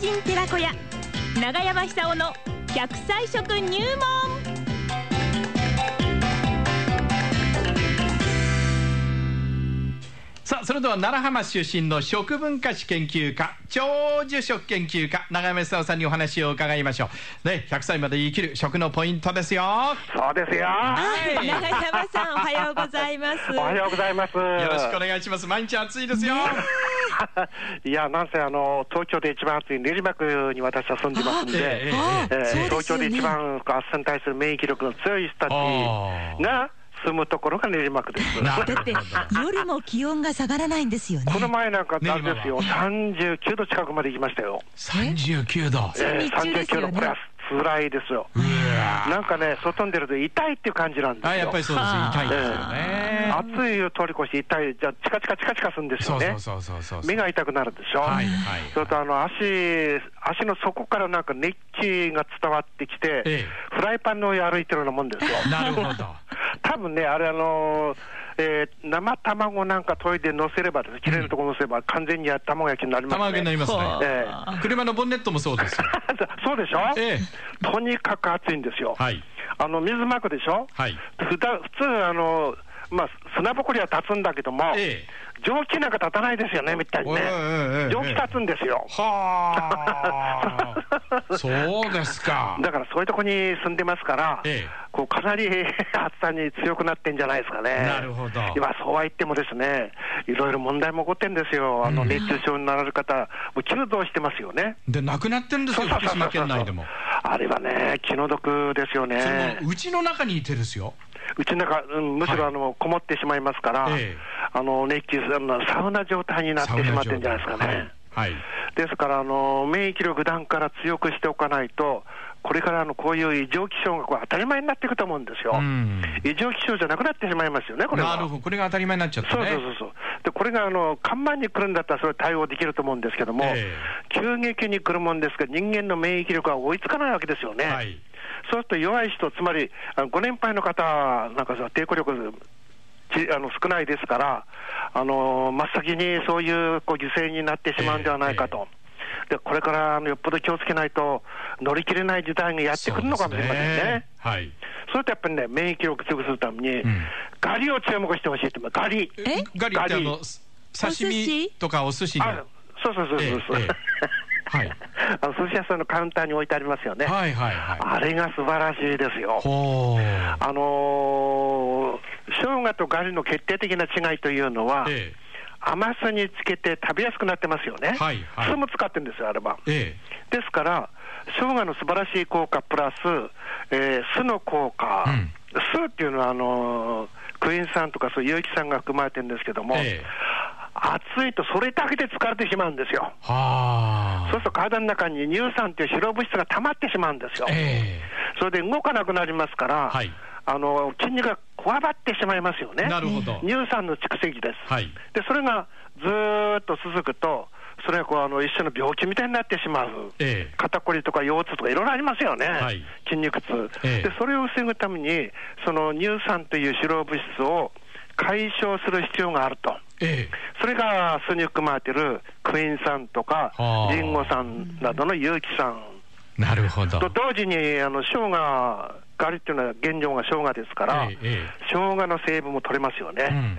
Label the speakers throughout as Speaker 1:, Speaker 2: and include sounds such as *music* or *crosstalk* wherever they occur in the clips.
Speaker 1: 人寺子屋長山久夫の100歳食入門
Speaker 2: さあそれでは奈良浜市出身の食文化史研究家長寿食研究家長山久夫さんにお話を伺いましょうね100歳まで生きる食のポイントですよよ
Speaker 3: そうですよ。
Speaker 1: 長山さんおはようございます
Speaker 3: おはようございます。よ
Speaker 2: ろしくお願いします毎日暑いですよ、
Speaker 3: いや、なんせあの、東京で一番暑い練馬区に私は住んでますんで、
Speaker 2: ええ
Speaker 1: あ
Speaker 3: えー
Speaker 1: そうで
Speaker 3: 東
Speaker 1: すよ
Speaker 3: 京で
Speaker 1: ね
Speaker 3: 一番暑さに対する免疫力の強い人たち
Speaker 2: あー
Speaker 3: が住むところが練馬区です。
Speaker 2: な
Speaker 4: だって夜も気温が下がらないんですよね。
Speaker 3: この前なんか、あれですよ、
Speaker 2: 練
Speaker 3: 39度近くまで行きましたよ。
Speaker 2: 39度
Speaker 3: えー
Speaker 1: 日中ですよね
Speaker 3: 39度、これは辛いですよ。
Speaker 2: うわ
Speaker 3: なんかね、外に出ると痛いっていう感じなんですよ。
Speaker 2: あやっぱりそうです痛いですよね
Speaker 3: 暑いを通り越して痛い、じゃあ、チカチカチカチカするんです
Speaker 2: そ
Speaker 3: よ
Speaker 2: う
Speaker 3: ね。
Speaker 2: そうそうそうそう
Speaker 3: 目が痛くなるでしょ、
Speaker 2: はいはい
Speaker 3: それとあの足足の底からなんか熱気が伝わってきて、
Speaker 2: ええ
Speaker 3: フライパンの上歩いてるようなもんですよ、 *laughs*
Speaker 2: なるほど
Speaker 3: 多分ね、あれ、あのえー生卵なんか研いで乗せればです、綺麗なところ乗せれば、完全に卵焼きになりますね。
Speaker 2: 卵になりますね
Speaker 3: ええ
Speaker 2: 車のボンネットもそうですよ
Speaker 3: *laughs* そうでしょ、
Speaker 2: え
Speaker 3: とにかく暑いんですよ、
Speaker 2: はい
Speaker 3: あの水まくでしょ、
Speaker 2: はい
Speaker 3: ふだ普通あの、まあ、砂ぼこりは立つんだけども、
Speaker 2: ええ
Speaker 3: 蒸気なんか立たないですよね、みたいにね
Speaker 2: ええええええ、
Speaker 3: 蒸気立つんですよ。
Speaker 2: はあそうですか
Speaker 3: だからそういうとこに住んでますから、
Speaker 2: ええ
Speaker 3: こうかなり *laughs* 暑さに強くなってんじゃないですかね。
Speaker 2: なるほど
Speaker 3: 今、そうは言ってもですね、いろいろ問題も起こってんですよ。あの熱中症になられる方、もう急増してますよね。
Speaker 2: で亡くなってるんですよ福島県内でも
Speaker 3: あれはね、気の毒ですよ
Speaker 2: それ
Speaker 3: ね。
Speaker 2: もうちの中にいてですよ
Speaker 3: うちの中、うんむしろあの、こもってしまいますから、
Speaker 2: ええ
Speaker 3: あの熱中症あの、サウナ状態になってしまってんじゃないですかね。
Speaker 2: はい、
Speaker 3: ですからあの、免疫力普段から強くしておかないと、これからあのこういう異常気象がこう当たり前になっていくと思うんですよ、
Speaker 2: うん
Speaker 3: 異常気象じゃなくなってしまいますよね、こ
Speaker 2: はい、
Speaker 3: れは。
Speaker 2: なるほどこれが当たり前になっちゃった
Speaker 3: そう
Speaker 2: ね
Speaker 3: そうそうそうでこれがあの緩慢に来るんだったら、それ対応できると思うんですけども、
Speaker 2: え
Speaker 3: 急激に来るもんですから、人間の免疫力は追いつかないわけですよね、
Speaker 2: はい
Speaker 3: そうすると弱い人、つまりあのご年配の方なんかさ、抵抗力ちあの少ないですから、あの真っ先にそういうこう犠牲になってしまうんではないかと。でこれからあのよっぽど気をつけないと、乗り切れない事態がやってくるのかもしれません
Speaker 2: そうです
Speaker 3: ね。
Speaker 2: はい
Speaker 3: それとやっぱりね、免疫力強くするために、
Speaker 2: ん
Speaker 3: ガリを注目してほしいと思う、ガリ。
Speaker 4: え
Speaker 2: ガリってあの刺
Speaker 1: お寿
Speaker 2: 身
Speaker 1: 司
Speaker 2: とかお寿司の
Speaker 3: あそうそうそう
Speaker 2: ええ
Speaker 3: そうそう、
Speaker 2: ええはい
Speaker 3: *laughs* あの寿司屋さんのカウンターに置いてありますよね、
Speaker 2: はいはいはい
Speaker 3: あれが素晴らしいですよ。
Speaker 2: ほー
Speaker 3: あのー、生姜とガリの決定的な違いというのは、
Speaker 2: え
Speaker 3: 甘さにつけて食べやすくなってますよね、
Speaker 2: はいはい
Speaker 3: それも使ってるんですよ、あれは。
Speaker 2: ええ
Speaker 3: ですから、生姜の素晴らしい効果プラス、えー酢の効果、
Speaker 2: うん
Speaker 3: 酢っていうのはあのークエン酸とかそういう有機酸が含まれてるんですけども、
Speaker 2: ええ
Speaker 3: 暑いとそれだけで疲れてしまうんですよ。
Speaker 2: はあ
Speaker 3: そうすると体の中に乳酸っていう白物質が溜まってしまうんですよ。
Speaker 2: え
Speaker 3: それで動かなくなりますから、
Speaker 2: はい
Speaker 3: あの筋肉がこわばってしまいますよね、
Speaker 2: なるほど
Speaker 3: 乳酸の蓄積です、
Speaker 2: はい
Speaker 3: でそれがずーっと続くと、それがこうあの一種の病気みたいになってしまう、
Speaker 2: ええ
Speaker 3: 肩こりとか腰痛とかいろいろありますよね、
Speaker 2: はい
Speaker 3: 筋肉痛、
Speaker 2: ええ
Speaker 3: で、それを防ぐために、その乳酸という脂肪物質を解消する必要があると。
Speaker 2: ええ
Speaker 3: それが酢に含まれているクエン酸とか
Speaker 2: はあ
Speaker 3: リンゴ酸などの有機酸
Speaker 2: なるほど
Speaker 3: と同時にあの生姜ガリっていうのは原料が生姜ですから、
Speaker 2: ええええ
Speaker 3: 生姜の成分も取れますよね、
Speaker 2: うん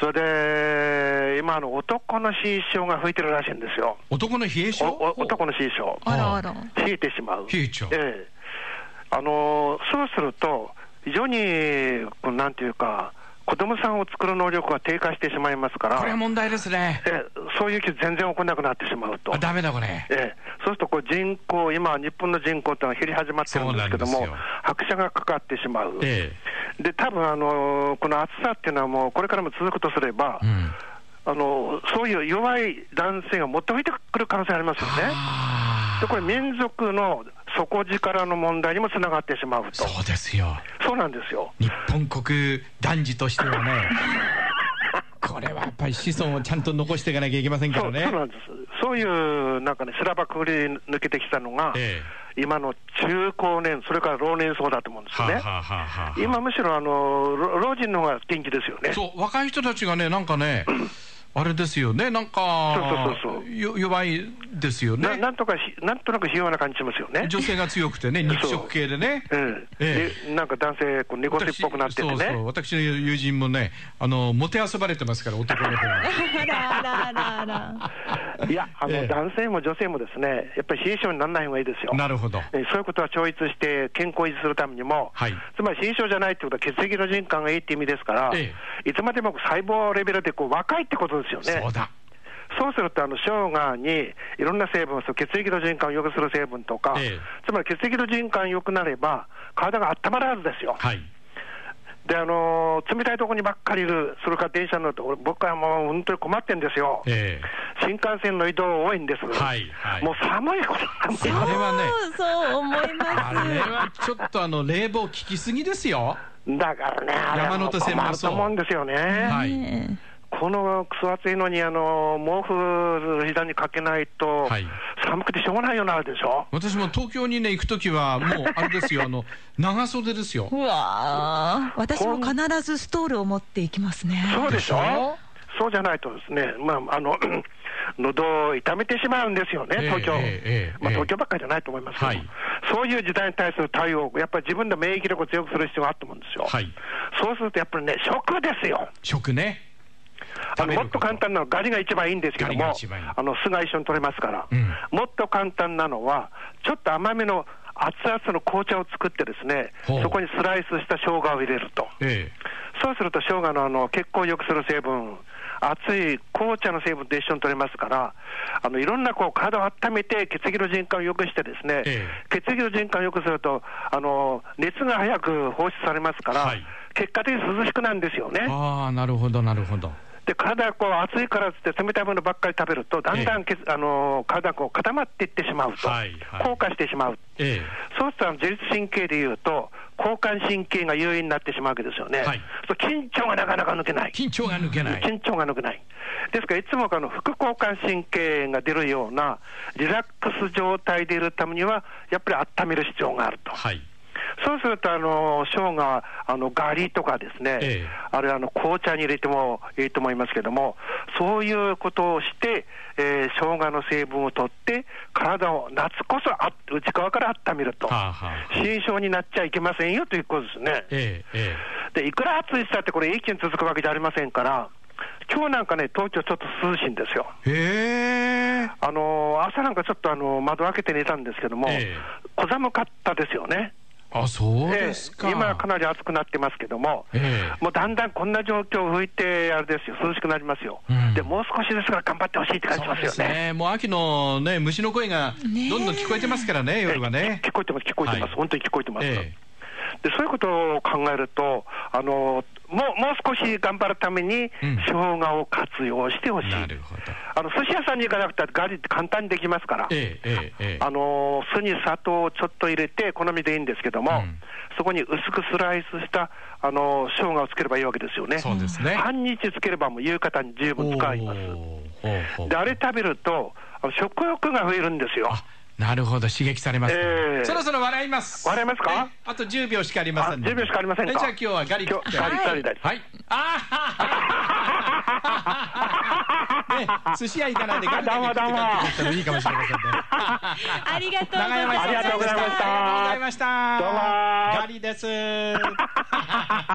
Speaker 3: それで今あの男の新生が吹いてるらしいんですよ
Speaker 2: 男の冷え性
Speaker 3: おお男の新生
Speaker 2: あらあ
Speaker 4: ら
Speaker 3: 冷えてしまう
Speaker 2: 冷えちゃう
Speaker 3: ええあのそうすると非常にこうなんていうか子供さんを作る能力が低下してしまいますから
Speaker 2: これは問題ですね
Speaker 3: ええそういう気全然起こらなくなってしまうと
Speaker 2: あ。ダメだこれ
Speaker 3: ええ、そうするとこう人口、今、日本の人口ってのは減り始まってるんですけど
Speaker 2: そう
Speaker 3: も
Speaker 2: なんですよ、
Speaker 3: 拍車がかかってしまう、
Speaker 2: え
Speaker 3: で多分あのこの暑さっていうのは、もうこれからも続くとすれば、
Speaker 2: えうん
Speaker 3: あのそういう弱い男性が持っていてくる可能性ありますよね、
Speaker 2: あ
Speaker 3: でこれ、民族の底力の問題にもつながってしまう
Speaker 2: ー
Speaker 3: と、
Speaker 2: そうですよ
Speaker 3: そうなんですよ。
Speaker 2: 日本国男児としてはねこれはやっぱり子孫をちゃんと残していかなきゃいけませんから
Speaker 3: そう
Speaker 2: ね
Speaker 3: そうなんですそういうなんかね、修羅場くぐり抜けてきたのが、
Speaker 2: え
Speaker 3: 今の中高年、それから老年層だと思うんです
Speaker 2: は
Speaker 3: よ
Speaker 2: あ
Speaker 3: ね。
Speaker 2: はあはあはあ
Speaker 3: 今むしろあのろ老人の方が元気ですよね。
Speaker 2: そう若い人たちがねなんかねあれですよねなんか
Speaker 3: そうそうそうそう
Speaker 2: よ弱いですよ
Speaker 3: な
Speaker 2: ね。
Speaker 3: なんとかし、なんとなくひ弱な感じしますよね。
Speaker 2: 女性が強くてね、肉食系でね。
Speaker 3: うん
Speaker 2: え
Speaker 3: でなんか男性、こう猫背っぽくなっててね、
Speaker 2: 私そうそう私の友人もね、あの、もてあそばれてますから、男の方が。
Speaker 3: *laughs*
Speaker 1: あらあらあらあら。
Speaker 3: いや、あの
Speaker 2: ええ
Speaker 3: 男性も女性もですね、やっぱり冷え性にならない方がいいですよ。
Speaker 2: なるほど。
Speaker 3: えそういうことは超越して健康を維持するためにも、
Speaker 2: はい
Speaker 3: つまり心象じゃないってことは血液の循環がいいって意味ですから、
Speaker 2: え
Speaker 3: いつまでも細胞レベルでこう若いってことですよね。
Speaker 2: そうだ。
Speaker 3: そうすると、あの生姜にいろんな成分、そう血液の循環を良くする成分とか、
Speaker 2: ええ
Speaker 3: つまり血液の循環良くなれば、体が温まるはずですよ。
Speaker 2: はい。
Speaker 3: で、あのー冷たいところにばっかりいる、それから電車のところ、僕はもう本当に困ってんですよ。
Speaker 2: ええ
Speaker 3: 新幹線の移動多いんです。
Speaker 2: はいはい
Speaker 3: もう寒いことなんですよ
Speaker 2: あれはね
Speaker 1: そうそう思い
Speaker 2: あ
Speaker 1: ま
Speaker 2: れはちょっとあの冷房効きすぎですよ。
Speaker 3: だからね、あれはもう
Speaker 2: 山手線
Speaker 3: 困
Speaker 2: も
Speaker 3: る
Speaker 2: そ
Speaker 3: と
Speaker 2: う
Speaker 3: 思うんですよね。
Speaker 2: は
Speaker 1: す。
Speaker 2: い
Speaker 1: ね
Speaker 3: このクソ暑いのに、あの毛布、膝にかけないと、
Speaker 2: はい
Speaker 3: 寒くてしょうがないようになるでしょ。
Speaker 2: 私も東京にね行くときはもうあれですよあの長袖ですよ
Speaker 1: え。うわ
Speaker 4: 私も必ずストールを持っていきますね。
Speaker 3: そうでしょ
Speaker 2: でしょ
Speaker 3: そうじゃないとですね、まあ、あの、 *clears throat* 喉を痛めてしまうんですよね、
Speaker 2: ええ
Speaker 3: 東京。
Speaker 2: ええええ
Speaker 3: まあ、
Speaker 2: ええ
Speaker 3: 東京ばっかりじゃないと思いますけど、
Speaker 2: はい
Speaker 3: そういう時代に対する対応、やっぱり自分の免疫力を強くする必要があると思うんですよ。
Speaker 2: はい
Speaker 3: そうするとやっぱりね、食ですよ。
Speaker 2: 食ね。
Speaker 3: あ
Speaker 2: 食
Speaker 3: の
Speaker 2: べ
Speaker 3: も
Speaker 2: る
Speaker 3: っ
Speaker 2: こと
Speaker 3: と簡単なのは、ガリが一番いいんですけど
Speaker 2: ガリが
Speaker 3: も
Speaker 2: 一番いい、
Speaker 3: あの酢が一緒に取れますから、
Speaker 2: うん
Speaker 3: もっと簡単なのは、ちょっと甘めの熱々の紅茶を作って、ですね
Speaker 2: ほう
Speaker 3: そこにスライスした生姜を入れると、
Speaker 2: え
Speaker 3: そうすると生姜のあの血行を良くする成分、熱い紅茶の成分と一緒に取れますから、あのいろんなこう体を温めて、血液の循環を良くして、ですね、
Speaker 2: え
Speaker 3: 血液の循環を良くするとあの、熱が早く放出されますから、
Speaker 2: はい
Speaker 3: 結果的に涼しくなるんですよね
Speaker 2: え。。ああなるほどなるほど。
Speaker 3: で体がこう暑いからっつって冷たいものばっかり食べると、だんだんけ、あのー体がこう固まっていってしまうと、
Speaker 2: はいはい
Speaker 3: 硬化してしまう、
Speaker 2: え
Speaker 3: そうするとあの自律神経でいうと、交感神経が優位になってしまうわけですよね、
Speaker 2: はい
Speaker 3: そう緊張がなかなか抜けな
Speaker 2: え、
Speaker 3: い
Speaker 2: 緊張が抜けない。
Speaker 3: 緊張が抜けない、ですからいつもあの副交感神経が出るような、リラックス状態でいるためには、やっぱり温める必要があると。
Speaker 2: はい。
Speaker 3: そうすると、あの生姜、あのガリとかですね、
Speaker 2: ええ
Speaker 3: あれあの紅茶に入れてもいいと思いますけども、そういうことをして、えー、生姜の成分を取って、体を夏こそあ内側から温めると、
Speaker 2: はあはあ
Speaker 3: 心象になっちゃいけませんよということですね。
Speaker 2: えええ
Speaker 3: でいくら暑いしたって、これ、一気に続くわけじゃありませんから、今日なんかね、東京、ちょっと涼しいんですよ。
Speaker 2: えへえ
Speaker 3: あの朝なんかちょっとあの窓開けて寝たんですけども、
Speaker 2: ええ
Speaker 3: 小寒かったですよね。
Speaker 2: あそう
Speaker 3: え
Speaker 2: ですか。
Speaker 3: え今はかなり暑くなってますけども、
Speaker 2: ええ
Speaker 3: もうだんだんこんな状況を吹いて、あれですよ、涼しくなりますよ、
Speaker 2: うん
Speaker 3: でもう少しですから頑張ってほしいって感じ
Speaker 2: そう
Speaker 3: ます
Speaker 2: で
Speaker 3: よ
Speaker 2: す
Speaker 3: ね。
Speaker 2: ね。もう秋のね虫の声がどんどん聞こえてますからね
Speaker 3: ええ
Speaker 2: 夜はね
Speaker 3: き。聞こえてます、聞こえてます、
Speaker 2: はい
Speaker 3: 本当に聞こえてます、
Speaker 2: え
Speaker 3: で、そういうことを考えると、あのもうもう少し頑張るために、
Speaker 2: うん
Speaker 3: 生姜を活用してほしい、
Speaker 2: なるほど
Speaker 3: あの寿司屋さんに行かなくたって、ガリって簡単にできますから。
Speaker 2: ええええええ
Speaker 3: あのー酢に砂糖をちょっと入れて、好みでいいんですけど
Speaker 2: う
Speaker 3: も、
Speaker 2: ん
Speaker 3: そこに薄くスライスした、あのー生姜をつければいいわけですよね。
Speaker 2: そうですね
Speaker 3: 半日つければもう夕方に十分使いま
Speaker 2: お
Speaker 3: す。
Speaker 2: ーほうほう
Speaker 3: で、あれ食べると、あの食欲が増えるんですよ。
Speaker 2: あなるほど刺激されます、ね
Speaker 3: ええ
Speaker 2: そろそろ笑います
Speaker 3: 笑いますか
Speaker 2: はいあと10秒しかありませんので
Speaker 3: あ10秒しかありませんか
Speaker 2: えじゃあ今日はガリ
Speaker 3: 今日、ガリガリだ。
Speaker 2: はいあははは *laughs* ね寿司屋行かないでガリガリ食って帰ってくれたらいいかもしれませんね
Speaker 1: *laughs* あ、ありがとうご
Speaker 2: 長
Speaker 1: ざい
Speaker 2: 山
Speaker 1: まし
Speaker 2: さん
Speaker 3: ありがとうございまし
Speaker 2: あ
Speaker 3: た
Speaker 2: りがとうございました
Speaker 3: どうもー
Speaker 2: ガリです